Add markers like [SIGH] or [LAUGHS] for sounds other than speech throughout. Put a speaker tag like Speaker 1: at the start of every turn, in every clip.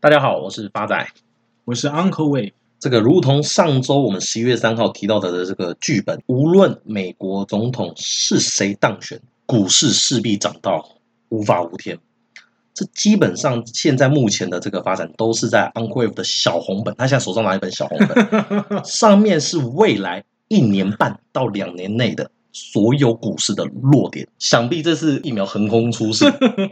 Speaker 1: 大家好，我是发仔。
Speaker 2: 我是 Uncle Wei。
Speaker 1: 这个如同上周我们十一月三号提到的这个剧本，无论美国总统是谁当选，股市势必涨到无法无天。这基本上现在目前的这个发展都是在 Uncle Wave 的小红本，他现在手上拿一本小红本，上面是未来一年半到两年内的所有股市的落点。想必这次疫苗横空出世，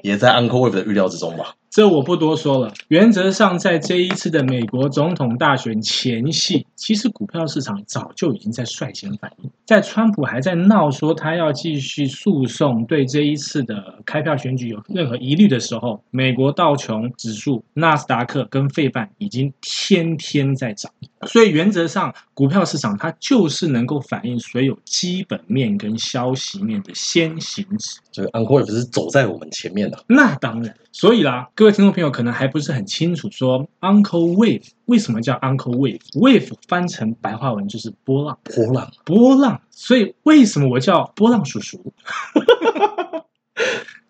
Speaker 1: 也在 Uncle Wave 的预料之中吧？
Speaker 2: 这我不多说了。原则上，在这一次的美国总统大选前夕，其实股票市场早就已经在率先反应。在川普还在闹说他要继续诉讼对这一次的开票选举有任何疑虑的时候，美国道琼指数、纳斯达克跟费半已经天天在涨。所以原则上，股票市场它就是能够反映所有基本面跟消息面的先行指
Speaker 1: 就是 Uncle Wave 是走在我们前面的。
Speaker 2: 那当然，所以啦，各位听众朋友可能还不是很清楚，说 Uncle Wave 为什么叫 Uncle Wave？Wave 翻成白话文就是波浪，
Speaker 1: 波浪，
Speaker 2: 波浪。所以为什么我叫波浪叔叔？ [LAUGHS]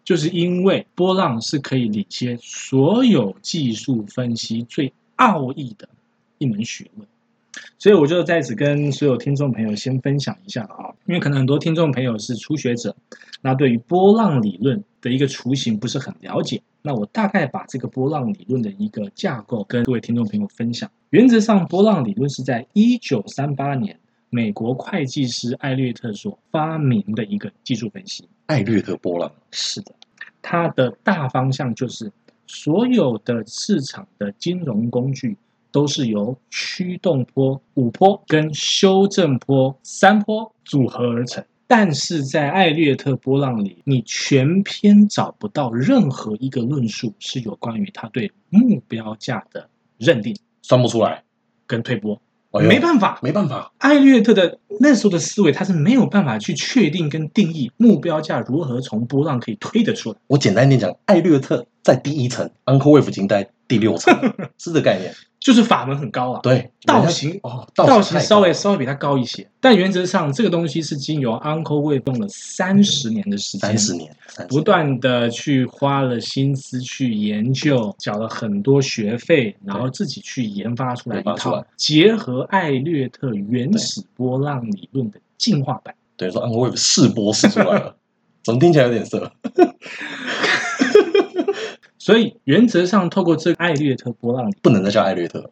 Speaker 2: 就是因为波浪是可以领先所有技术分析最奥义的一门学问。所以我就在此跟所有听众朋友先分享一下啊，因为可能很多听众朋友是初学者，那对于波浪理论的一个雏形不是很了解，那我大概把这个波浪理论的一个架构跟各位听众朋友分享。原则上，波浪理论是在一九三八年美国会计师艾略特所发明的一个技术分析。
Speaker 1: 艾略特波浪，
Speaker 2: 是的，它的大方向就是所有的市场的金融工具都是由驱动波、五波跟修正波三波组合而成。但是在艾略特波浪里，你全篇找不到任何一个论述是有关于他对目标价的认定
Speaker 1: 算不出来，
Speaker 2: 跟推波，
Speaker 1: 哎呦
Speaker 2: 没办法，
Speaker 1: 没办法，
Speaker 2: 艾略特的那时候的思维，他是没有办法去确定跟定义目标价如何从波浪可以推得出来。
Speaker 1: 我简单一点讲，艾略特在第一层，Uncle Wave 已经在第六
Speaker 2: [LAUGHS]
Speaker 1: 层，是这概念。
Speaker 2: 就是法门很高啊，
Speaker 1: 对，
Speaker 2: 道行
Speaker 1: 哦，
Speaker 2: 道
Speaker 1: 道
Speaker 2: 行
Speaker 1: 行
Speaker 2: 稍微稍微比它高一些，但原则上这个东西是经由 Uncle Wei 用了三十年的时间
Speaker 1: 三，十年，30
Speaker 2: 不断的去花了心思去研究，缴了很多学费，然后自己去研发出来一
Speaker 1: 研发出
Speaker 2: 套
Speaker 1: 来
Speaker 2: 结合艾略特原始波浪理论的进化版。
Speaker 1: 等于说 Uncle Wave 试播试出来
Speaker 2: [LAUGHS]
Speaker 1: 了，怎么听起来有点涩？
Speaker 2: 所以原则上，透过这个艾略特波浪理论
Speaker 1: 不能再叫艾略特，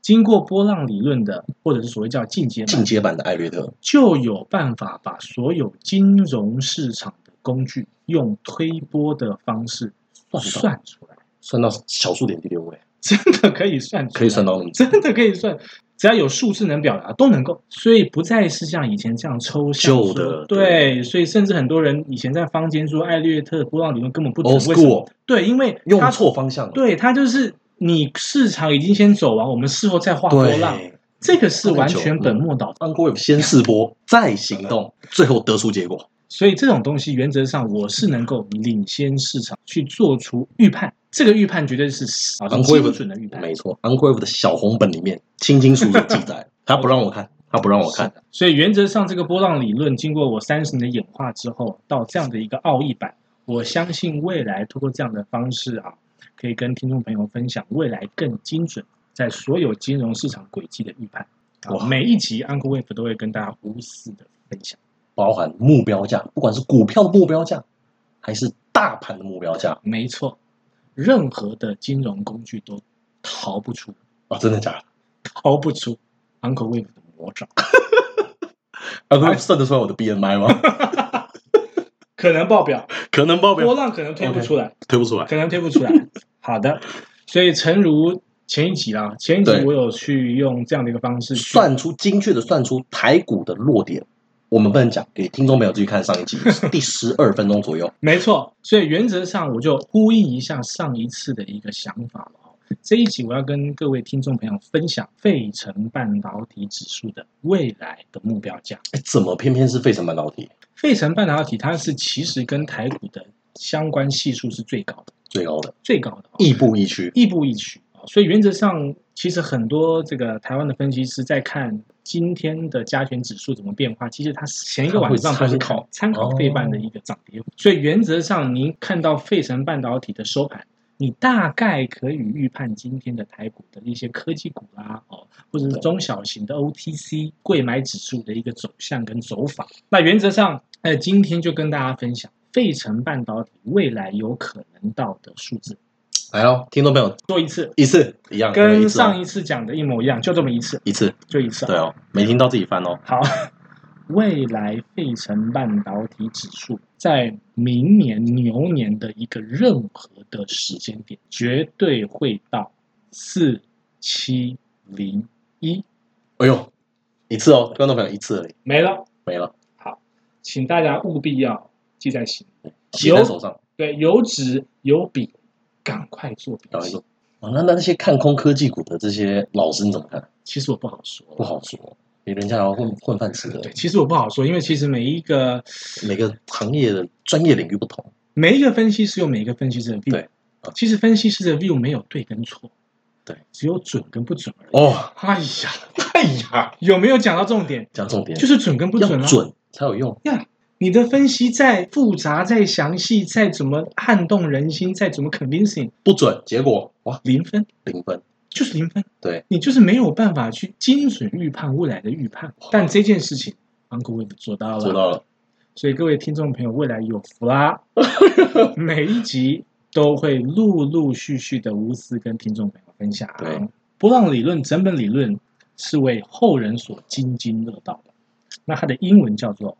Speaker 2: 经过波浪理论的，或者是所谓叫进阶
Speaker 1: 进
Speaker 2: 版，
Speaker 1: 阶版的艾略特，
Speaker 2: 就有办法把所有金融市场的工具用推波的方式
Speaker 1: 算到
Speaker 2: 算出来，
Speaker 1: 算到小数点第六位，
Speaker 2: 真的可以算出来，
Speaker 1: 可以算到那么
Speaker 2: 真的可以算，只要有数字能表达都能够，所以不再是像以前这样抽象
Speaker 1: 旧的
Speaker 2: 说
Speaker 1: 对
Speaker 2: 对，所以甚至很多人以前在坊间说艾略特波浪理论根本不懂
Speaker 1: 嗯 old
Speaker 2: 为什么，
Speaker 1: school，
Speaker 2: 对，因为
Speaker 1: 用
Speaker 2: 它
Speaker 1: 错方向了，
Speaker 2: 对它就是你市场已经先走完，我们事后再画波浪，
Speaker 1: 对
Speaker 2: 这个是完
Speaker 1: 太久
Speaker 2: 全
Speaker 1: 了
Speaker 2: 本末倒置。
Speaker 1: ，Uncle Wave 先试播，再行动，最后得出结果。
Speaker 2: 所以这种东西原则上我是能够领先市场去做出预判，这个预判绝对是啊
Speaker 1: 昂贵
Speaker 2: 精
Speaker 1: 不
Speaker 2: 准的预判。
Speaker 1: 没错，Uncle Wave 的小红本里面清清楚楚记载，他不让我看，他不让我看，
Speaker 2: 所以原则上这个波浪理论经过我三十年的演化之后，到这样的一个奥义版，我相信未来通过这样的方式啊，可以跟听众朋友分享未来更精准在所有金融市场轨迹的预判。
Speaker 1: 哇
Speaker 2: 啊，每一集 Uncle Wave 都会跟大家无私的分享。
Speaker 1: 包含目标价，不管是股票的目标价，还是大盘的目标价
Speaker 2: 没错，任何的金融工具都逃不出
Speaker 1: 啊，真的假的
Speaker 2: 逃不出 Uncle Wave 的魔掌，
Speaker 1: ？Uncle Wave 算得出来我的 BMI 吗？
Speaker 2: 可能爆表，
Speaker 1: [LAUGHS] 可能报
Speaker 2: 波
Speaker 1: 表
Speaker 2: 浪可能推不出来，
Speaker 1: 推不出来
Speaker 2: 可能推不出来。好的，所以诚如前一集啦，前一集
Speaker 1: 对
Speaker 2: 我有去用这样的一个方式去
Speaker 1: 算出精确的算出台股的落点。我们不能讲，给听众朋友自己看上一集第十二分钟左右。
Speaker 2: 没错，所以原则上我就呼应一下上一次的一个想法了哦。这一集我要跟各位听众朋友分享费城半导体指数的未来的目标价。
Speaker 1: 哎，怎么偏偏是费城半导体
Speaker 2: 费城半导体它是其实跟台股的相关系数是最高的，
Speaker 1: 最高的？
Speaker 2: 最高的哦、
Speaker 1: 亦步亦趋，
Speaker 2: 亦步亦趋啊。所以原则上，其实很多这个台湾的分析师在看今天的加权指数怎么变化，其实他前一个晚上都
Speaker 1: 他会
Speaker 2: 是考参考费半的一个涨跌幅。所以原则上，您看到费城半导体的收盘，你大概可以预判今天的台股的一些科技股啦、哦，或者是
Speaker 1: 对
Speaker 2: 中小型的 OTC 贵买指数的一个走向跟走法。那原则上，呃，今天就跟大家分享费城半导体未来有可能到的数字，
Speaker 1: 来喽，听众朋友，
Speaker 2: 做一次，
Speaker 1: 一次一样，
Speaker 2: 跟
Speaker 1: 一次哦
Speaker 2: 上一次讲的一模一样，就这么一次，
Speaker 1: 一次，
Speaker 2: 就一次。啊
Speaker 1: 对哦，没听到自己翻哦。
Speaker 2: 好， [LAUGHS] 未来费城半导体指数在明年牛年的一个任何的时间点，绝对会到四七零一
Speaker 1: 哎呦，一次哦，观众朋友，一次而已，
Speaker 2: 没了，
Speaker 1: 没了，
Speaker 2: 请大家务必要记在心里。
Speaker 1: 写在手上。
Speaker 2: 对，有纸有笔，赶快做笔
Speaker 1: 然后
Speaker 2: 记
Speaker 1: 就。啊，那那些看空科技股的这些老师你怎么看？
Speaker 2: 其实我不好说，
Speaker 1: 不好说，比人家还要混混饭吃的
Speaker 2: 对，。其实我不好说，因为其实每一个
Speaker 1: 每个行业的专业领域不同，
Speaker 2: 每一个分析师有每一个分析师的 view。
Speaker 1: 对啊
Speaker 2: 其实分析师的 view 没有对跟错，
Speaker 1: 对，
Speaker 2: 只有准跟不准而已。
Speaker 1: 哦，
Speaker 2: 哎呀，
Speaker 1: 哎呀，
Speaker 2: 有没有讲到重点？
Speaker 1: 讲重点，
Speaker 2: 就是准跟不准
Speaker 1: 要
Speaker 2: 啊。
Speaker 1: 准才有用。
Speaker 2: 呀你的分析再复杂、再详细、再怎么撼动人心、再怎么 convincing，
Speaker 1: 不准，结果哇，
Speaker 2: 零分
Speaker 1: 零分。
Speaker 2: 就是零分。
Speaker 1: 对，
Speaker 2: 你就是没有办法去精准预判未来的预判。但这件事情，Uncle Wave 做到了，
Speaker 1: 做到了。
Speaker 2: 所以各位听众朋友，未来有
Speaker 1: [LAUGHS]
Speaker 2: 福啦！每一集都会陆陆续续的无私跟听众朋友分享。
Speaker 1: 对，
Speaker 2: 波浪理论整本理论是为后人所津津乐道的。那它的英文叫做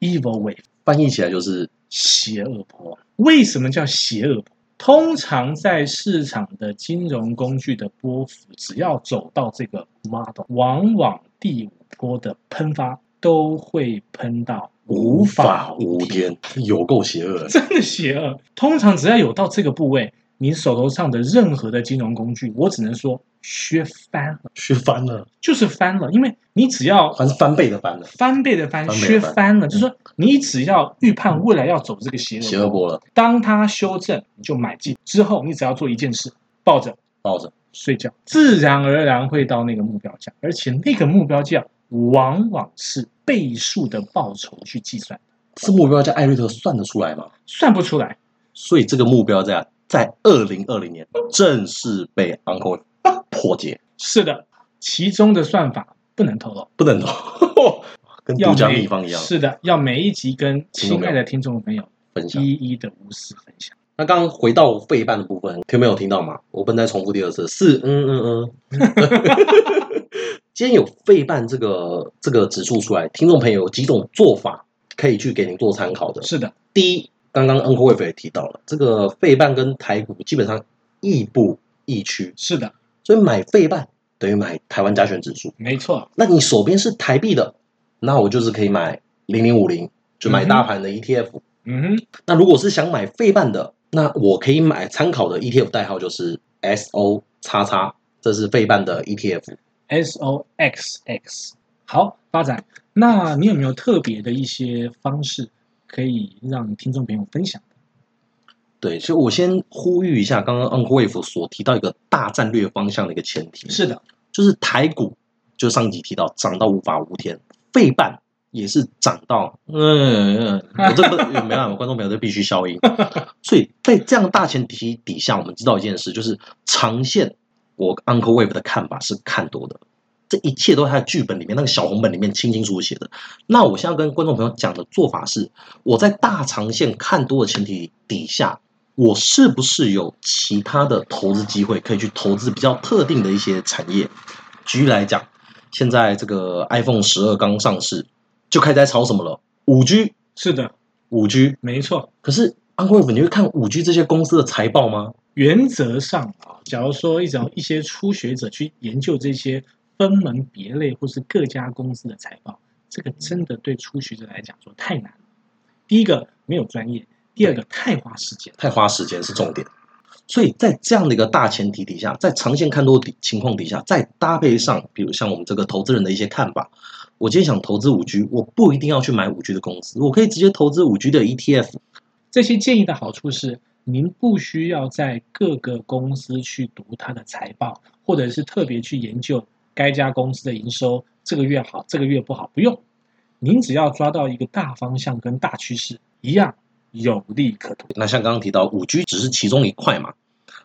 Speaker 2: Evil Wave，
Speaker 1: 翻译起来就是
Speaker 2: 邪恶波。为什么叫邪恶波？通常在市场的金融工具的波幅，只要走到这个 model，往往第五波的喷发都会喷到
Speaker 1: 无法无天，有够邪恶的。
Speaker 2: [LAUGHS] 真的邪恶。通常只要有到这个部位，你手头上的任何的金融工具，我只能说削翻了，
Speaker 1: 削翻了，
Speaker 2: 就是翻了，因为你只要呃
Speaker 1: 还是翻倍的翻了，
Speaker 2: 翻倍的翻，
Speaker 1: 翻倍的
Speaker 2: 削
Speaker 1: 翻
Speaker 2: 翻了，就是说你只要预判未来要走这个邪
Speaker 1: 邪
Speaker 2: 恶
Speaker 1: 恶
Speaker 2: 波，
Speaker 1: 波了，
Speaker 2: 当它修正你就买进，之后你只要做一件事，抱着
Speaker 1: 抱着
Speaker 2: 睡觉，自然而然会到那个目标价，而且那个目标价往往是倍数的报酬去计算，
Speaker 1: 这目标价艾瑞特算得出来吗？
Speaker 2: 算不出来。
Speaker 1: 所以这个目标价在二零二零年正式被 Uncle 破解，
Speaker 2: 是的，其中的算法不能透露。
Speaker 1: 不能 [LAUGHS] 哦，跟
Speaker 2: 要
Speaker 1: 独家
Speaker 2: 每
Speaker 1: 秘方一样
Speaker 2: 是的，要每一集跟
Speaker 1: 听众
Speaker 2: 亲
Speaker 1: 朋友
Speaker 2: 爱的听众朋友
Speaker 1: 分享。
Speaker 2: 一一的无私分享。
Speaker 1: 那刚刚回到背半的部分，听没有听到嘛？我不能再重复第二次，是嗯嗯 [LAUGHS] 嗯。今天有费半这个这个指数出来，听众朋友有几种做法可以去给您做参考的。
Speaker 2: 是的，
Speaker 1: 第一，刚刚 Uncle Wave 也提到了，这个费半跟台股基本上亦步亦趋，
Speaker 2: 是的，
Speaker 1: 所以买费半等于买台湾加权指数。
Speaker 2: 没错，
Speaker 1: 那你手边是台币的，那我就是可以买零零五零，就买大盘的 ETF。
Speaker 2: 嗯哼，
Speaker 1: 那如果是想买费半的，那我可以买参考的 ETF 代号就是 SO 叉叉，这是费半的 E ETF。
Speaker 2: ，S O X X，好，发展。那你有没有特别的一些方式可以让听众朋友分享？
Speaker 1: 对，所以我先呼吁一下，刚刚 Uncle Wave 所提到一个大战略方向的一个前提，
Speaker 2: 是的，
Speaker 1: 就是台股，就上集提到涨到无法无天，费半也是涨到，嗯，嗯嗯我这个没办法，观众朋友这必须消音。所以在这样的大前提底下，我们知道一件事，就是长线我 Uncle Wave 的看法是看多的，这一切都在他的剧本里面，那个小红本里面清清楚楚写的。那我现在跟观众朋友讲的做法是，我在大长线看多的前提底下，我是不是有其他的投资机会可以去投资比较特定的一些产业？举例来讲，现在这个 iPhone 十二刚上市，就开始在炒什么了？五 G，
Speaker 2: 是的，
Speaker 1: 五 G。
Speaker 2: 没错。
Speaker 1: 可是 Uncle Wave，你会看五 G 这些公司的财报吗？
Speaker 2: 原则上啊，假如说一种一些初学者去研究这些分门别类或是各家公司的财报，这个真的对初学者来讲说太难了。第一个没有专业，第二个太花时间了。
Speaker 1: 太花时间是重点。所以在这样的一个大前提底下，在长线看多底情况底下，再搭配上，比如像我们这个投资人的一些看法，我今天想投资五 G，我不一定要去买五 G 的公司，我可以直接投资五 G 的 E ETF。
Speaker 2: 这些建议的好处是，您不需要在各个公司去读它的财报，或者是特别去研究该家公司的营收这个月好，这个月不好，不用。您只要抓到一个大方向跟大趋势，一样有利可图。
Speaker 1: 那像刚刚提到，五 G 只是其中一块嘛，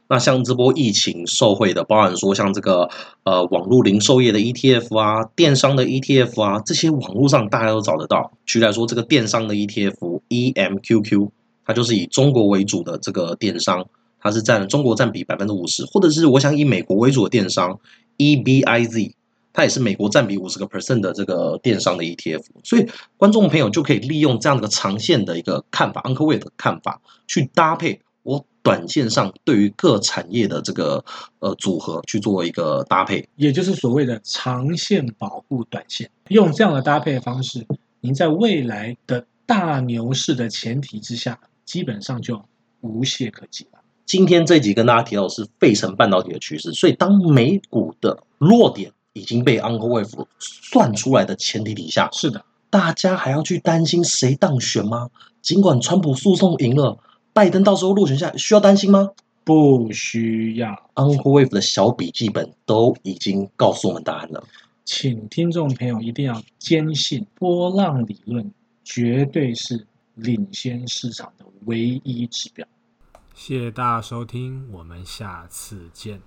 Speaker 1: 那像这波疫情受惠的，包含说像这个呃网络零售业的 ETF 啊，电商的 ETF 啊，这些网络上大家都找得到。举例来说，这个电商的 E ETF EMQQ，它就是以中国为主的这个电商，它是占中国占比百分之五十，或者是我想以美国为主的电商，E EBIZ，它也是美国占比五十个 percent 的这个电商的 ETF，所以观众朋友就可以利用这样的长线的一个看法，Uncle Wade 的看法去搭配我短线上对于各产业的这个呃组合去做一个搭配。
Speaker 2: 也就是所谓的长线保护短线。用这样的搭配方式，您在未来的大牛市的前提之下，基本上就无懈可击了。
Speaker 1: 今天这集跟大家提到的是费城半导体的趋势，所以当美股的弱点已经被 Uncle Wave 算出来的前提底下，
Speaker 2: 是的，
Speaker 1: 大家还要去担心谁当选吗？尽管川普诉讼赢了，拜登到时候落选下需要担心吗
Speaker 2: 不需要，
Speaker 1: ？Uncle Wave 的小笔记本都已经告诉我们答案了。
Speaker 2: 请听众朋友一定要坚信波浪理论绝对是领先市场的唯一指标。
Speaker 3: 谢谢大家收听，我们下次见。